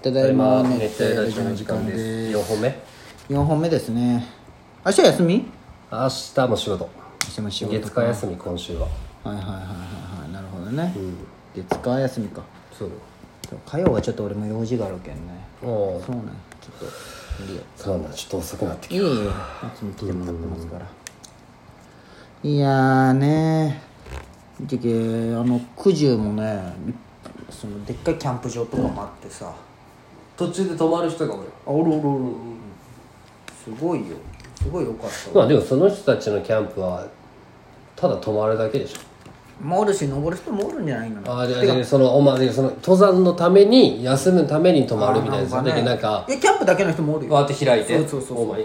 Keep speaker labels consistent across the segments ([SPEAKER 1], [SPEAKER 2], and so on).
[SPEAKER 1] た
[SPEAKER 2] た
[SPEAKER 1] だ
[SPEAKER 2] だ
[SPEAKER 1] い
[SPEAKER 2] い
[SPEAKER 1] ま
[SPEAKER 2] ま
[SPEAKER 1] 熱
[SPEAKER 2] 熱帯
[SPEAKER 1] 帯ラ
[SPEAKER 2] ラ
[SPEAKER 1] ジ
[SPEAKER 2] ジ
[SPEAKER 1] オ
[SPEAKER 2] オ
[SPEAKER 1] の
[SPEAKER 2] の
[SPEAKER 1] 時
[SPEAKER 2] 時
[SPEAKER 1] 間
[SPEAKER 2] 間
[SPEAKER 1] で
[SPEAKER 2] ですす4本目
[SPEAKER 1] 4本目ですね明日休み
[SPEAKER 2] 明日も仕事
[SPEAKER 1] 明日も仕事
[SPEAKER 2] 月
[SPEAKER 1] か
[SPEAKER 2] 火休み今週は
[SPEAKER 1] はいはいはいはいはいなるほどね、
[SPEAKER 2] ん
[SPEAKER 1] 月火休みか
[SPEAKER 2] そう
[SPEAKER 1] そう火曜はちょっと俺も用事があるけんね
[SPEAKER 2] お
[SPEAKER 1] そうねちょっと無理よ
[SPEAKER 2] そうなんだちょっと遅くなってき
[SPEAKER 1] いいよ夏も来てもらってますからいやーね見てけあの九十もねそのでっかいキャンプ場とかもあってさ、
[SPEAKER 2] 途中で泊まる人がおる
[SPEAKER 1] あおるおるおるすごいよすごいよかった
[SPEAKER 2] まあでもその人たちのキャンプはただ泊まるだけでし
[SPEAKER 1] まあおるし登る人もおるんじゃないか
[SPEAKER 2] ょ
[SPEAKER 1] な
[SPEAKER 2] ああででそのおまでその登山のために休むために泊まるみたいな
[SPEAKER 1] あ
[SPEAKER 2] そ
[SPEAKER 1] ん
[SPEAKER 2] の
[SPEAKER 1] かね
[SPEAKER 2] 時なんか
[SPEAKER 1] いやキャンプだけの人もおるよ
[SPEAKER 2] わーって開いて
[SPEAKER 1] そうそうそう
[SPEAKER 2] お前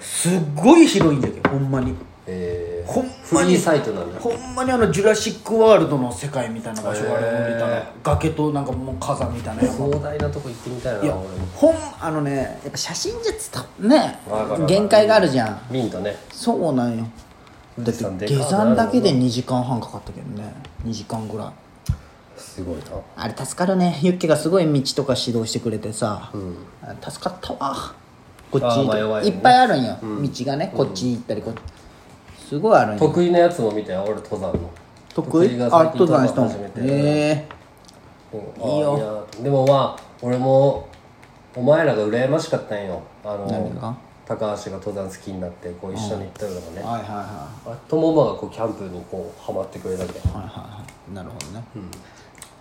[SPEAKER 1] すっごい広いんだけどほんまに
[SPEAKER 2] え
[SPEAKER 1] ほん
[SPEAKER 2] ー、フ
[SPEAKER 1] ま
[SPEAKER 2] リー
[SPEAKER 1] に
[SPEAKER 2] サイトなんだ
[SPEAKER 1] ほんまにあのジュラシックワールドの世界みたいな場所がある
[SPEAKER 2] へー
[SPEAKER 1] みたいな崖となんかもう火山みたいな山
[SPEAKER 2] 壮大なとこ行ってみたいない俺
[SPEAKER 1] や
[SPEAKER 2] も
[SPEAKER 1] ほんあのねやっぱ写真じゃ伝わね
[SPEAKER 2] わかるわかる
[SPEAKER 1] 限界があるじゃん
[SPEAKER 2] ミントね
[SPEAKER 1] そうなんよだっ
[SPEAKER 2] 富士山
[SPEAKER 1] て
[SPEAKER 2] でか
[SPEAKER 1] 下山だけで2時間半かかったけどね2時間ぐらい
[SPEAKER 2] すごいな
[SPEAKER 1] あれ助かるねユッケがすごい道とか指導してくれてさ、
[SPEAKER 2] ん
[SPEAKER 1] あ助かったわこっ
[SPEAKER 2] あ
[SPEAKER 1] ち
[SPEAKER 2] ーまあ弱い
[SPEAKER 1] い
[SPEAKER 2] よね
[SPEAKER 1] っぱいあるんよ、道がねこっち行ったりこっちすごいあるんよ
[SPEAKER 2] 得意なやつも見たよ俺登山の
[SPEAKER 1] 得意
[SPEAKER 2] が
[SPEAKER 1] あ
[SPEAKER 2] 最近
[SPEAKER 1] 登山したもん
[SPEAKER 2] 登山始めて
[SPEAKER 1] へえ
[SPEAKER 2] うん
[SPEAKER 1] いいよ
[SPEAKER 2] あやでもまあ俺もお前らが羨ましかったんよあ
[SPEAKER 1] 何が
[SPEAKER 2] の高橋が登山好きになってこう一緒に行ったのもね、
[SPEAKER 1] はいはいは
[SPEAKER 2] あ友馬がこうキャンプにこうハマってくれたんで
[SPEAKER 1] いはいはいはいなるほどね、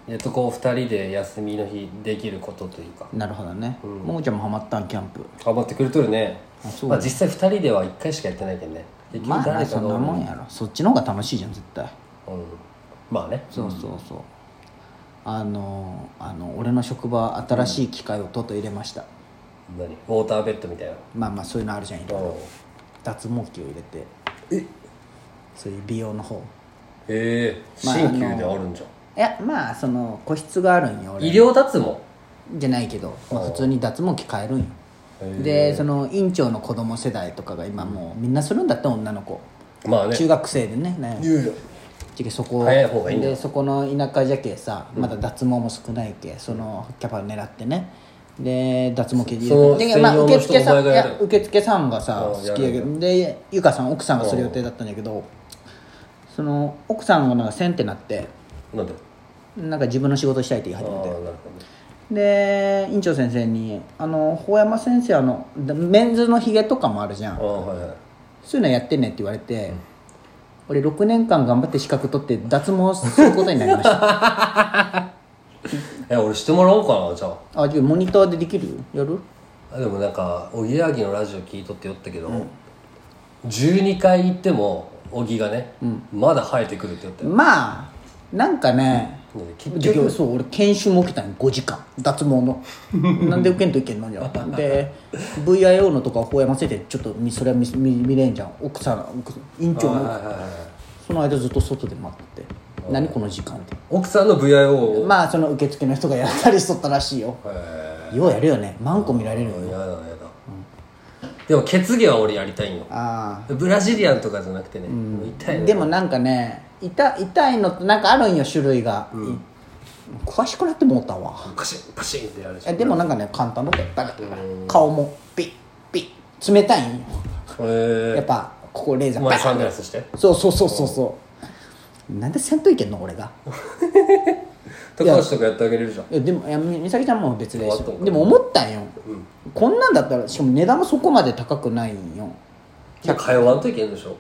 [SPEAKER 2] やっとこう2人で休みの日できることというか
[SPEAKER 1] なるほどね、ももちゃんもハマったんキャンプ
[SPEAKER 2] ハマってくれとるね
[SPEAKER 1] あそう
[SPEAKER 2] まあ、実際2人では1回しかやってないけどね結
[SPEAKER 1] ま
[SPEAKER 2] 局
[SPEAKER 1] あ
[SPEAKER 2] 誰
[SPEAKER 1] ね
[SPEAKER 2] か
[SPEAKER 1] そん
[SPEAKER 2] の、
[SPEAKER 1] なもんやろそっちの方が楽しいじゃん絶対
[SPEAKER 2] うん、まあね
[SPEAKER 1] そうそうそう、あのあの俺の職場新しい機械をとっと入れました、
[SPEAKER 2] 何ウォーターベッドみたいな
[SPEAKER 1] まあまあそういうのあるじゃんいろいろ
[SPEAKER 2] うん
[SPEAKER 1] 脱毛器を入れてそういう美容の方
[SPEAKER 2] ええ
[SPEAKER 1] まあ
[SPEAKER 2] 新旧であるんじゃ
[SPEAKER 1] い
[SPEAKER 2] ん、
[SPEAKER 1] やまあその個室があるんよ俺
[SPEAKER 2] 医療脱毛
[SPEAKER 1] じゃないけど、まあ、普通に脱毛器買えるんよ
[SPEAKER 2] へえ
[SPEAKER 1] でその院長の子供世代とかが今もうみんなするんだって女の子
[SPEAKER 2] まあね
[SPEAKER 1] 中学生でねね
[SPEAKER 2] 言うよ
[SPEAKER 1] じゃけそこ
[SPEAKER 2] 早い方がいいんだよ
[SPEAKER 1] でそこの田舎じゃけさまだ脱毛も少ないけ、そのキャパを狙ってねで脱毛系で
[SPEAKER 2] その
[SPEAKER 1] で、まあ、
[SPEAKER 2] 専用の
[SPEAKER 1] 受
[SPEAKER 2] 人
[SPEAKER 1] 付さ
[SPEAKER 2] お
[SPEAKER 1] ん
[SPEAKER 2] 前
[SPEAKER 1] い
[SPEAKER 2] がやる
[SPEAKER 1] や受付さんがさ
[SPEAKER 2] ああ
[SPEAKER 1] 好きやけ
[SPEAKER 2] やる
[SPEAKER 1] どでゆかさん奥さんがする予定だったんだけどその奥さんがなんかせんってなって
[SPEAKER 2] なんで
[SPEAKER 1] なんか自分の仕事したいって言い始
[SPEAKER 2] ああ
[SPEAKER 1] め
[SPEAKER 2] な
[SPEAKER 1] て
[SPEAKER 2] るほどね
[SPEAKER 1] で院長先生に「あの法山先生あのメンズのひげとかもあるじゃん
[SPEAKER 2] ああはいはい
[SPEAKER 1] そういうのやってねって言われて、俺6年間頑張って資格取って脱毛することになりました
[SPEAKER 2] え俺してもらおうかなじゃ
[SPEAKER 1] あでもモニターでできるよやる
[SPEAKER 2] ああでもなんかおぎやはぎのラジオ聞いとってよったけど、12回行ってもおぎがね、まだ生えてくるって言ったよ
[SPEAKER 1] まあなんかね、
[SPEAKER 2] うん
[SPEAKER 1] 結局そう俺研修も受けたんよ5時間脱毛 のなんで受けんといけんのじゃん で VIO のとか法山先生ちょっと見それは見見見れんじゃん奥さん奥院長
[SPEAKER 2] は
[SPEAKER 1] の
[SPEAKER 2] いはいはい
[SPEAKER 1] その間ずっと外で待ってて何この時間って
[SPEAKER 2] 奥さんの VIO を、
[SPEAKER 1] まあその受付の人がやったりしとったらしいよ
[SPEAKER 2] へ
[SPEAKER 1] ようやるよねマンコ見られるよ
[SPEAKER 2] えやだやだ、でも決議は俺やりたいんよ
[SPEAKER 1] ああ
[SPEAKER 2] ブラジリアンとかじゃなくてね、痛いね
[SPEAKER 1] でもなんかね痛痛いのってなんかあるんよ種類が、詳しくなってもうたわ
[SPEAKER 2] パシンパシンってやるし
[SPEAKER 1] え
[SPEAKER 2] へ
[SPEAKER 1] でもなんかね簡単だったよバカ顔もピッピッ冷たいんよやっ
[SPEAKER 2] え
[SPEAKER 1] ぱここレーザ
[SPEAKER 2] お
[SPEAKER 1] ーバ
[SPEAKER 2] 前サ
[SPEAKER 1] カ
[SPEAKER 2] ングラスして
[SPEAKER 1] そうそうそうそうそうなんでせんといけんの俺が
[SPEAKER 2] 高橋とかやってあげれるじゃん
[SPEAKER 1] いやでもいやみ美咲ちゃんも別でし
[SPEAKER 2] 終わったの
[SPEAKER 1] ょ
[SPEAKER 2] か
[SPEAKER 1] でも思ったんよ、こんなんだったらしかも値段もそこまで高くないんよ
[SPEAKER 2] いや通わんといけんでしょ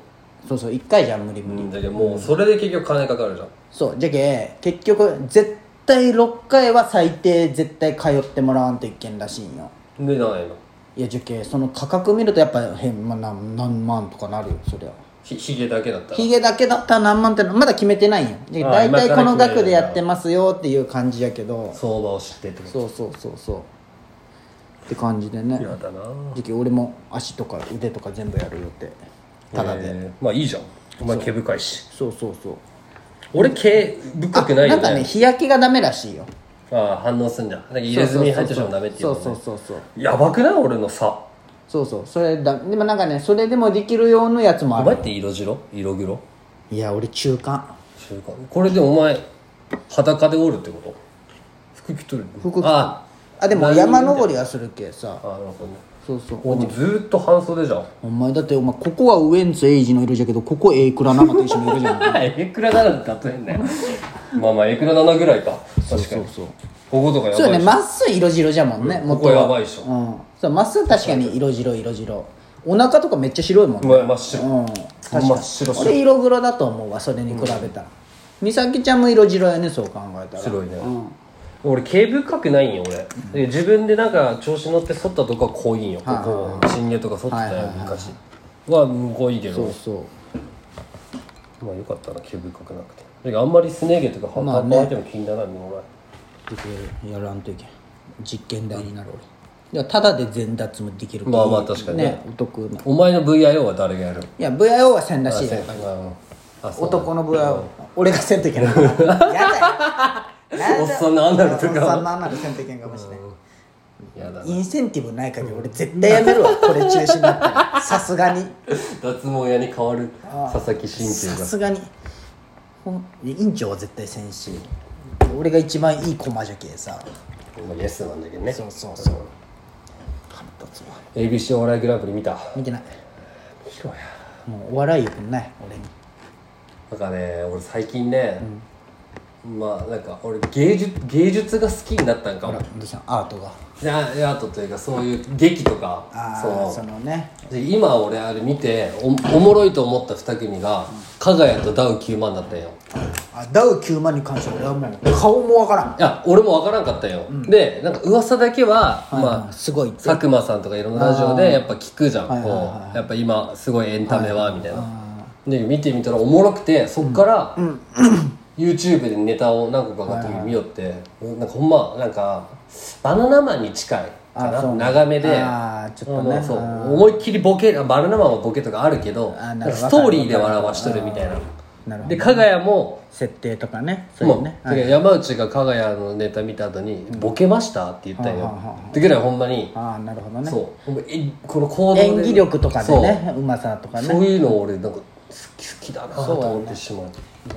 [SPEAKER 1] そうそう1回じゃ無理無理、
[SPEAKER 2] だけどもうそれで結局金かかるじゃん
[SPEAKER 1] そうじゃけ結局絶対6回は最低絶対通ってもらわんといけんらしいんよ
[SPEAKER 2] でないの
[SPEAKER 1] いやじゃけその価格見るとやっぱ変、まあ、何何万とかなるよそりゃ
[SPEAKER 2] ひひげだけだったら
[SPEAKER 1] ヒゲだけだったら何万ってのまだ決めてないんよじゃけ
[SPEAKER 2] ああ
[SPEAKER 1] 大体こ
[SPEAKER 2] 今から
[SPEAKER 1] の
[SPEAKER 2] 決めるんだ
[SPEAKER 1] 額でやってますよっていう感じやけど
[SPEAKER 2] 相場を知ってってこ
[SPEAKER 1] そうそうそうそうって感じでね
[SPEAKER 2] とやだな
[SPEAKER 1] じゃけ俺も足とか腕とか全部やる予定ただで、
[SPEAKER 2] えーまあいいじゃんお前毛深いし
[SPEAKER 1] そうそうそう
[SPEAKER 2] 俺毛深くない
[SPEAKER 1] な
[SPEAKER 2] よ
[SPEAKER 1] んかね
[SPEAKER 2] ね
[SPEAKER 1] 日焼けがダメらしいよ
[SPEAKER 2] ああ反応すんじゃんだから入れ墨入ってしまダメっていう
[SPEAKER 1] そ
[SPEAKER 2] も
[SPEAKER 1] うん
[SPEAKER 2] ね
[SPEAKER 1] そうそうそう
[SPEAKER 2] やばくない俺の差
[SPEAKER 1] そうそうそれだでもなんかねそれでもできる用のやつも
[SPEAKER 2] お
[SPEAKER 1] あ
[SPEAKER 2] 前っ
[SPEAKER 1] る
[SPEAKER 2] て色白色黒
[SPEAKER 1] いや俺中間
[SPEAKER 2] 中間これでお前裸でおるってこと服着とる
[SPEAKER 1] 服着
[SPEAKER 2] あ
[SPEAKER 1] あでも山登りはするけさ
[SPEAKER 2] あなるほどね
[SPEAKER 1] そうそう
[SPEAKER 2] おずーっと半袖じゃん
[SPEAKER 1] お前だってお前ここはウエンツエイジの色じゃけどここエイクラナマと一緒の色じゃん
[SPEAKER 2] エクラ7だとえんだよまあまあエクラ7ぐらいか確か
[SPEAKER 1] そう
[SPEAKER 2] に
[SPEAKER 1] そう
[SPEAKER 2] こことかやばい
[SPEAKER 1] そうよね
[SPEAKER 2] し
[SPEAKER 1] まっすぐ色白じゃもんね、
[SPEAKER 2] うん
[SPEAKER 1] 元
[SPEAKER 2] ここ
[SPEAKER 1] は
[SPEAKER 2] やばいっしょ
[SPEAKER 1] うんそうまっすぐ確かに色白色白お腹とかめっちゃ白いもんね、
[SPEAKER 2] まあ真っ白
[SPEAKER 1] うん確かに
[SPEAKER 2] 真っ白白
[SPEAKER 1] 俺色黒だと思うわそれに比べたら、美咲ちゃんも色白やねそう考えたら
[SPEAKER 2] 白いね、俺毛深くないんよ俺、で自分でなんか調子乗って剃ったとこは濃いんよ、ここチン毛とか剃ってたよ、
[SPEAKER 1] はいはいはい
[SPEAKER 2] 昔は向こういいけ
[SPEAKER 1] そう
[SPEAKER 2] ど
[SPEAKER 1] そ
[SPEAKER 2] まあよかったな毛深くなくてだけどあんまりすね毛とか
[SPEAKER 1] まあ
[SPEAKER 2] 葉っ
[SPEAKER 1] ね
[SPEAKER 2] ぱいても気にならんの
[SPEAKER 1] うでやらんといけん実験台になる俺いやただで全脱もできる
[SPEAKER 2] まあまあ確かにね
[SPEAKER 1] お得な
[SPEAKER 2] 俺お前の VIO は誰がやる
[SPEAKER 1] いや VIO はせんらしいよ
[SPEAKER 2] せうんあそう
[SPEAKER 1] 男の VIO 俺がせんといけんのかもやだよやだ
[SPEAKER 2] おっさんのアナルとか
[SPEAKER 1] おっさんのアナルせんといけんかもしれない
[SPEAKER 2] やだ
[SPEAKER 1] インセンティブない限り俺絶対やめるわこれ中止になったらさすがに
[SPEAKER 2] 脱毛屋に変わる佐々木新
[SPEAKER 1] さ
[SPEAKER 2] 旧が
[SPEAKER 1] すがにほん院長は絶対せんし俺が一番いい駒じゃけさ
[SPEAKER 2] まあイエスなんだけどね
[SPEAKER 1] そうそうそう腹立つわ
[SPEAKER 2] ABC お笑いグランプリ見た
[SPEAKER 1] 見てない
[SPEAKER 2] 見ろや
[SPEAKER 1] もうお笑いよくない俺に
[SPEAKER 2] なんかね俺最近ね、まあなんか俺芸術芸術が好きになったんか
[SPEAKER 1] ほら
[SPEAKER 2] も
[SPEAKER 1] どうしたのアートが
[SPEAKER 2] でアアートというかそういう劇とか
[SPEAKER 1] ああ
[SPEAKER 2] その
[SPEAKER 1] そのね
[SPEAKER 2] で今俺あれ見ておおもろいと思った2組が加賀谷とダウ9万だったんよ
[SPEAKER 1] あダウ9万に関しては俺はもう顔もわからん
[SPEAKER 2] いや俺もわからんかったんよ、でなんか噂だけは、ま
[SPEAKER 1] は
[SPEAKER 2] あ
[SPEAKER 1] いすごいって
[SPEAKER 2] 佐久間さんとかいろんなラジオでやっぱ聞くじゃん、
[SPEAKER 1] はいはいはい
[SPEAKER 2] こうやっぱ今すごいエンタメはみたいな、で見てみたらおもろくてそっから、YouTube でネタを何個かが見よって、なんかほんまなんかバナナマンに近いか
[SPEAKER 1] あそ
[SPEAKER 2] な
[SPEAKER 1] う
[SPEAKER 2] 長めで
[SPEAKER 1] あーちょっとね
[SPEAKER 2] もうそう思いっきりボケあバナナマンはボケとかあるけど
[SPEAKER 1] あーなるほど
[SPEAKER 2] ストーリーで笑わしとるみたいな
[SPEAKER 1] なるほど
[SPEAKER 2] で加賀谷も
[SPEAKER 1] 設定とかねそうい
[SPEAKER 2] も
[SPEAKER 1] う
[SPEAKER 2] う
[SPEAKER 1] ね
[SPEAKER 2] だから山内が加賀谷のネタ見た後に「ボケました?」って言ったんよ、ってぐらいほんまに、
[SPEAKER 1] ああなるほどね
[SPEAKER 2] そうほんまえこの行動で
[SPEAKER 1] 演技力とかでねうまさとか
[SPEAKER 2] そ
[SPEAKER 1] ね
[SPEAKER 2] うそういうの俺なんか好き好きだなと思ってしまう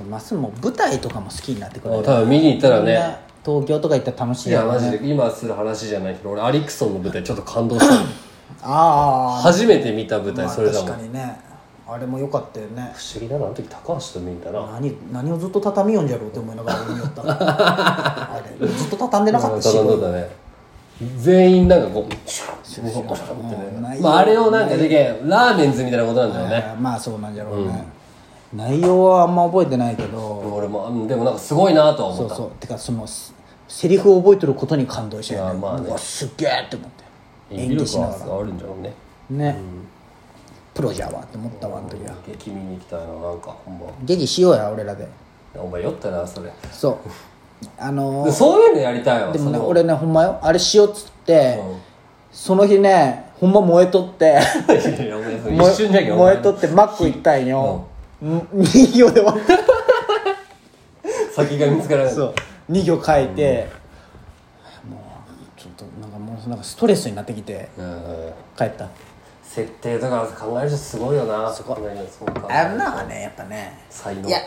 [SPEAKER 1] ますもう舞台とかも好きになってく
[SPEAKER 2] あ
[SPEAKER 1] る
[SPEAKER 2] 多分見に行ったらね
[SPEAKER 1] 東京とか行ったら楽しい
[SPEAKER 2] いや
[SPEAKER 1] よ
[SPEAKER 2] マジで今する話じゃないけど俺アリクソンの舞台ちょっと感動した
[SPEAKER 1] あ
[SPEAKER 2] 初めて見た舞
[SPEAKER 1] あ、ま
[SPEAKER 2] 台
[SPEAKER 1] あ、
[SPEAKER 2] それだ
[SPEAKER 1] 確
[SPEAKER 2] もん、
[SPEAKER 1] かにねあれも良かったよね
[SPEAKER 2] 不思議だなあの時高橋と見たな
[SPEAKER 1] 何何をずっと畳よんじゃろうって思いながら見よった あれずっと畳んでなかったし
[SPEAKER 2] 頼んだね全員なんかこうシュッシュッシュッシュッって
[SPEAKER 1] うんない
[SPEAKER 2] ねまああれをなんかでけんラーメンズみたいなことなんだよね
[SPEAKER 1] まあそうなんじゃろうね、内容はあんま覚えてないけど
[SPEAKER 2] 俺もうんでもなんかすごいなとは思
[SPEAKER 1] そ
[SPEAKER 2] っ
[SPEAKER 1] う
[SPEAKER 2] た
[SPEAKER 1] そうてかそのすセリフを覚えてることに感動したよ
[SPEAKER 2] い
[SPEAKER 1] ね
[SPEAKER 2] やまあね
[SPEAKER 1] うわすっげえって思って
[SPEAKER 2] 演技力はあるんじゃろうね
[SPEAKER 1] ね、プロじゃわって思ったわあの時は
[SPEAKER 2] 激見に行きたいななんかほんま
[SPEAKER 1] 劇しようや俺らで
[SPEAKER 2] お前酔ったなそれ
[SPEAKER 1] そうあのー
[SPEAKER 2] そういうのやりたいわ
[SPEAKER 1] でもね
[SPEAKER 2] その
[SPEAKER 1] 俺ねほんまよあれしようっつって、その日ねほんま燃えとって
[SPEAKER 2] いやお前それ 一瞬じゃけんお
[SPEAKER 1] 燃
[SPEAKER 2] 前
[SPEAKER 1] えとってマック行ったんよ、2行 で終わった
[SPEAKER 2] 先が見つからない
[SPEAKER 1] そう2行書いて、もうちょっとなんかもうなんかストレスになってきて
[SPEAKER 2] うん
[SPEAKER 1] 帰った
[SPEAKER 2] 設定とか考える人すごいよなそこそうか
[SPEAKER 1] あんなはねやっぱね
[SPEAKER 2] 才能
[SPEAKER 1] いや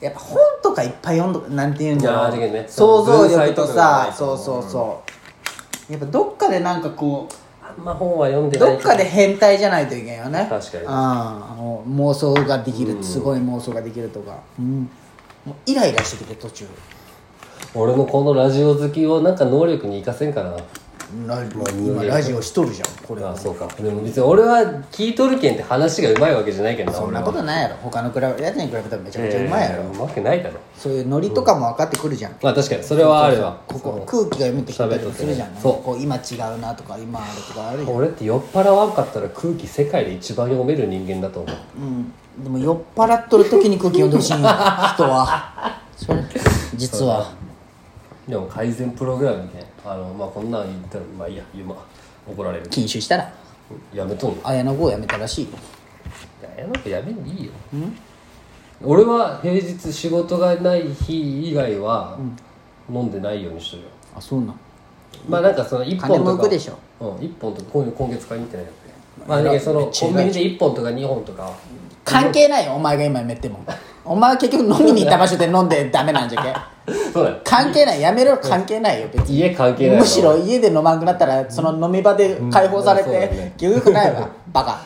[SPEAKER 1] やっぱ本とかいっぱい読んどなんて言うんじ
[SPEAKER 2] い
[SPEAKER 1] ゃ
[SPEAKER 2] やー
[SPEAKER 1] ろ
[SPEAKER 2] だ
[SPEAKER 1] う、
[SPEAKER 2] けどね
[SPEAKER 1] 想像力と
[SPEAKER 2] 文才とかがな
[SPEAKER 1] さ
[SPEAKER 2] いと
[SPEAKER 1] そうそうそうやっぱどっかでなんかこう
[SPEAKER 2] あんま本は読んでない
[SPEAKER 1] どっかで変態じゃないといけんよね
[SPEAKER 2] 確かに
[SPEAKER 1] ああもう妄想ができるすごい妄想ができるとかうんもうイライラしてきて途中
[SPEAKER 2] 俺のこのラジオ好きをなんか能力に生かせんかな
[SPEAKER 1] ラジオ今ラジオしとるじゃんこれ
[SPEAKER 2] あそうかでも別に俺は聞いとるけんって話がうまいわけじゃないけどな
[SPEAKER 1] そん
[SPEAKER 2] 俺
[SPEAKER 1] な
[SPEAKER 2] は
[SPEAKER 1] ことないやろ他の比べやつに比べたらめちゃめちゃうまいやろ、
[SPEAKER 2] えーうまくないだろ
[SPEAKER 1] そういうノリとかも分かってくるじゃん、
[SPEAKER 2] まあ確かにそれはあるわ
[SPEAKER 1] ここ空気が読めてきたりもするじゃん
[SPEAKER 2] 喋っとってね
[SPEAKER 1] そうこう今違うなとか今あれとかあるじゃん、
[SPEAKER 2] 俺って酔っ払わんかったら空気世界で一番読める人間だと思う
[SPEAKER 1] うん、でも酔っ払っとる時に空気読んでほしいんよ人は それ実は
[SPEAKER 2] でも改善プログラムねあのまあこんなん言ったらまあいいや言うまあ怒られる
[SPEAKER 1] 禁酒したら
[SPEAKER 2] やめとんの
[SPEAKER 1] 綾野剛やめたらしいよ
[SPEAKER 2] いやなんかやめんでいいよ俺は平日仕事がない日以外は飲んでないようにしてるよ
[SPEAKER 1] あそうなん
[SPEAKER 2] まあなんかその1本とか
[SPEAKER 1] 金も浮くでしょ
[SPEAKER 2] うん1本とか今今月買いに行ってないよまあだけどそのコンビニで1本とか2本とか
[SPEAKER 1] 関係ないよお前が今やめてもお前は結局飲みに行った場所で飲んでダメなんじゃけ
[SPEAKER 2] そうだよ
[SPEAKER 1] 関係ないやめろ関係ないよ別に
[SPEAKER 2] 家関係ない
[SPEAKER 1] むしろ家で飲まんくなったらその飲み場で解放され
[SPEAKER 2] うんそう
[SPEAKER 1] て
[SPEAKER 2] だね
[SPEAKER 1] よくない わバカ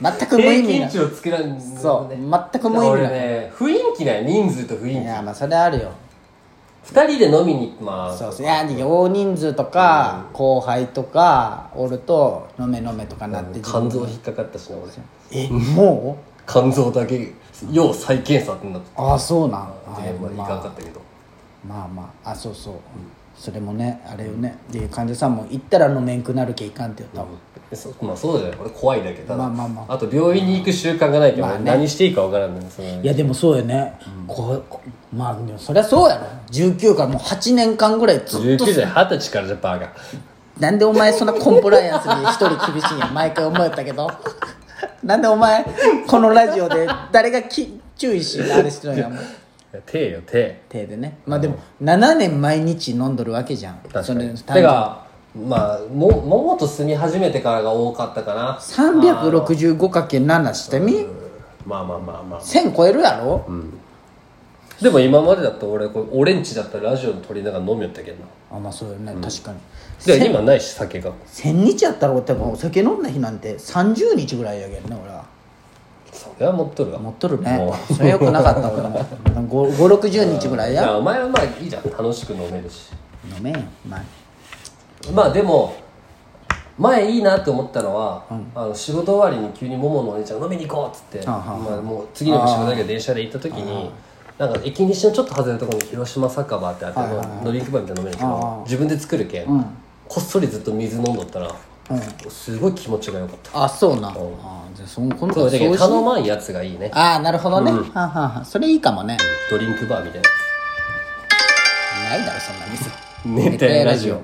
[SPEAKER 1] 全く無
[SPEAKER 2] 平
[SPEAKER 1] 意味
[SPEAKER 2] 均
[SPEAKER 1] な
[SPEAKER 2] 値をつけられる
[SPEAKER 1] そう全く無意味
[SPEAKER 2] 俺
[SPEAKER 1] な
[SPEAKER 2] ね雰囲気ない人数と雰
[SPEAKER 1] い
[SPEAKER 2] 囲
[SPEAKER 1] やまあそれあるよ
[SPEAKER 2] 気2人で飲みにまあ
[SPEAKER 1] そうそういや大人数とか後輩とかおると飲め飲めとかなって
[SPEAKER 2] 肝臓引っかかったしな俺
[SPEAKER 1] えもう
[SPEAKER 2] 肝臓だけ要再検査ってなって
[SPEAKER 1] ああそうなんあ
[SPEAKER 2] てまあい
[SPEAKER 1] ま
[SPEAKER 2] かんか
[SPEAKER 1] あ
[SPEAKER 2] ったけど
[SPEAKER 1] まあまああそうそうそれもねあれよねで患者さんも行ったら飲めんくなるけいかんって言ったもん
[SPEAKER 2] でそまあそうだよ俺怖いだけど
[SPEAKER 1] まあまあま
[SPEAKER 2] あと病院に行く習慣がないから、
[SPEAKER 1] まあね
[SPEAKER 2] 何していいかわからんのよその
[SPEAKER 1] いやでもそうよねこうこうまあでもそりゃそうやろ19からもう8年間ぐらいずっと
[SPEAKER 2] 19歳二十歳からじゃバカ
[SPEAKER 1] なんでお前そんなコンプライアンスに一人厳しいんや毎回思えたけど なんでお前このラジオで誰がき注意しあれしてる んやもう
[SPEAKER 2] いや手よ手
[SPEAKER 1] 手でねまあでも7年毎日飲んどるわけじゃん
[SPEAKER 2] 確かに
[SPEAKER 1] それ
[SPEAKER 2] てかまあもももと住み始めてからが多かったかな
[SPEAKER 1] 365かけ7してみ
[SPEAKER 2] まあまあまあまあ
[SPEAKER 1] 1000超えるやろ、
[SPEAKER 2] でも今までだと俺これ俺んちだったらラジオ撮りながら飲みよったけどな
[SPEAKER 1] あまあそうよね、確かに
[SPEAKER 2] で今ないし酒が
[SPEAKER 1] 1000日やったら俺多分お酒飲んだ日なんて30日ぐらいやけんね俺は
[SPEAKER 2] それは持っとるわ
[SPEAKER 1] 持っとるね
[SPEAKER 2] も
[SPEAKER 1] それよくなかった俺も560日ぐら
[SPEAKER 2] う
[SPEAKER 1] い
[SPEAKER 2] い
[SPEAKER 1] や
[SPEAKER 2] やお前はまあいいじゃん楽しく飲めるし
[SPEAKER 1] 飲めんよまあ
[SPEAKER 2] まあでも前いいなって思ったのは、あの仕事終わりに急にもものお姉ちゃん飲みに行こうっつって、
[SPEAKER 1] はあはあ
[SPEAKER 2] まあ、もう次の日仕事だけど電車で行った時になんか駅西のちょっと外れたところに広島酒場ってあって、ドリンクバーみたいなの飲めるけ
[SPEAKER 1] あ
[SPEAKER 2] ど自分で作るけん、こっそりずっと水飲んどったら、すごい気持ちが良かった
[SPEAKER 1] あそうなあーじゃあそん今
[SPEAKER 2] そ
[SPEAKER 1] 度
[SPEAKER 2] うだけ
[SPEAKER 1] そ
[SPEAKER 2] ど
[SPEAKER 1] うし
[SPEAKER 2] 頼まんやつがいいね
[SPEAKER 1] ああなるほどね、はあはあはあそれいいかもね
[SPEAKER 2] ドリンクバーみたいな
[SPEAKER 1] ないだろそんな店
[SPEAKER 2] 寝てラジオ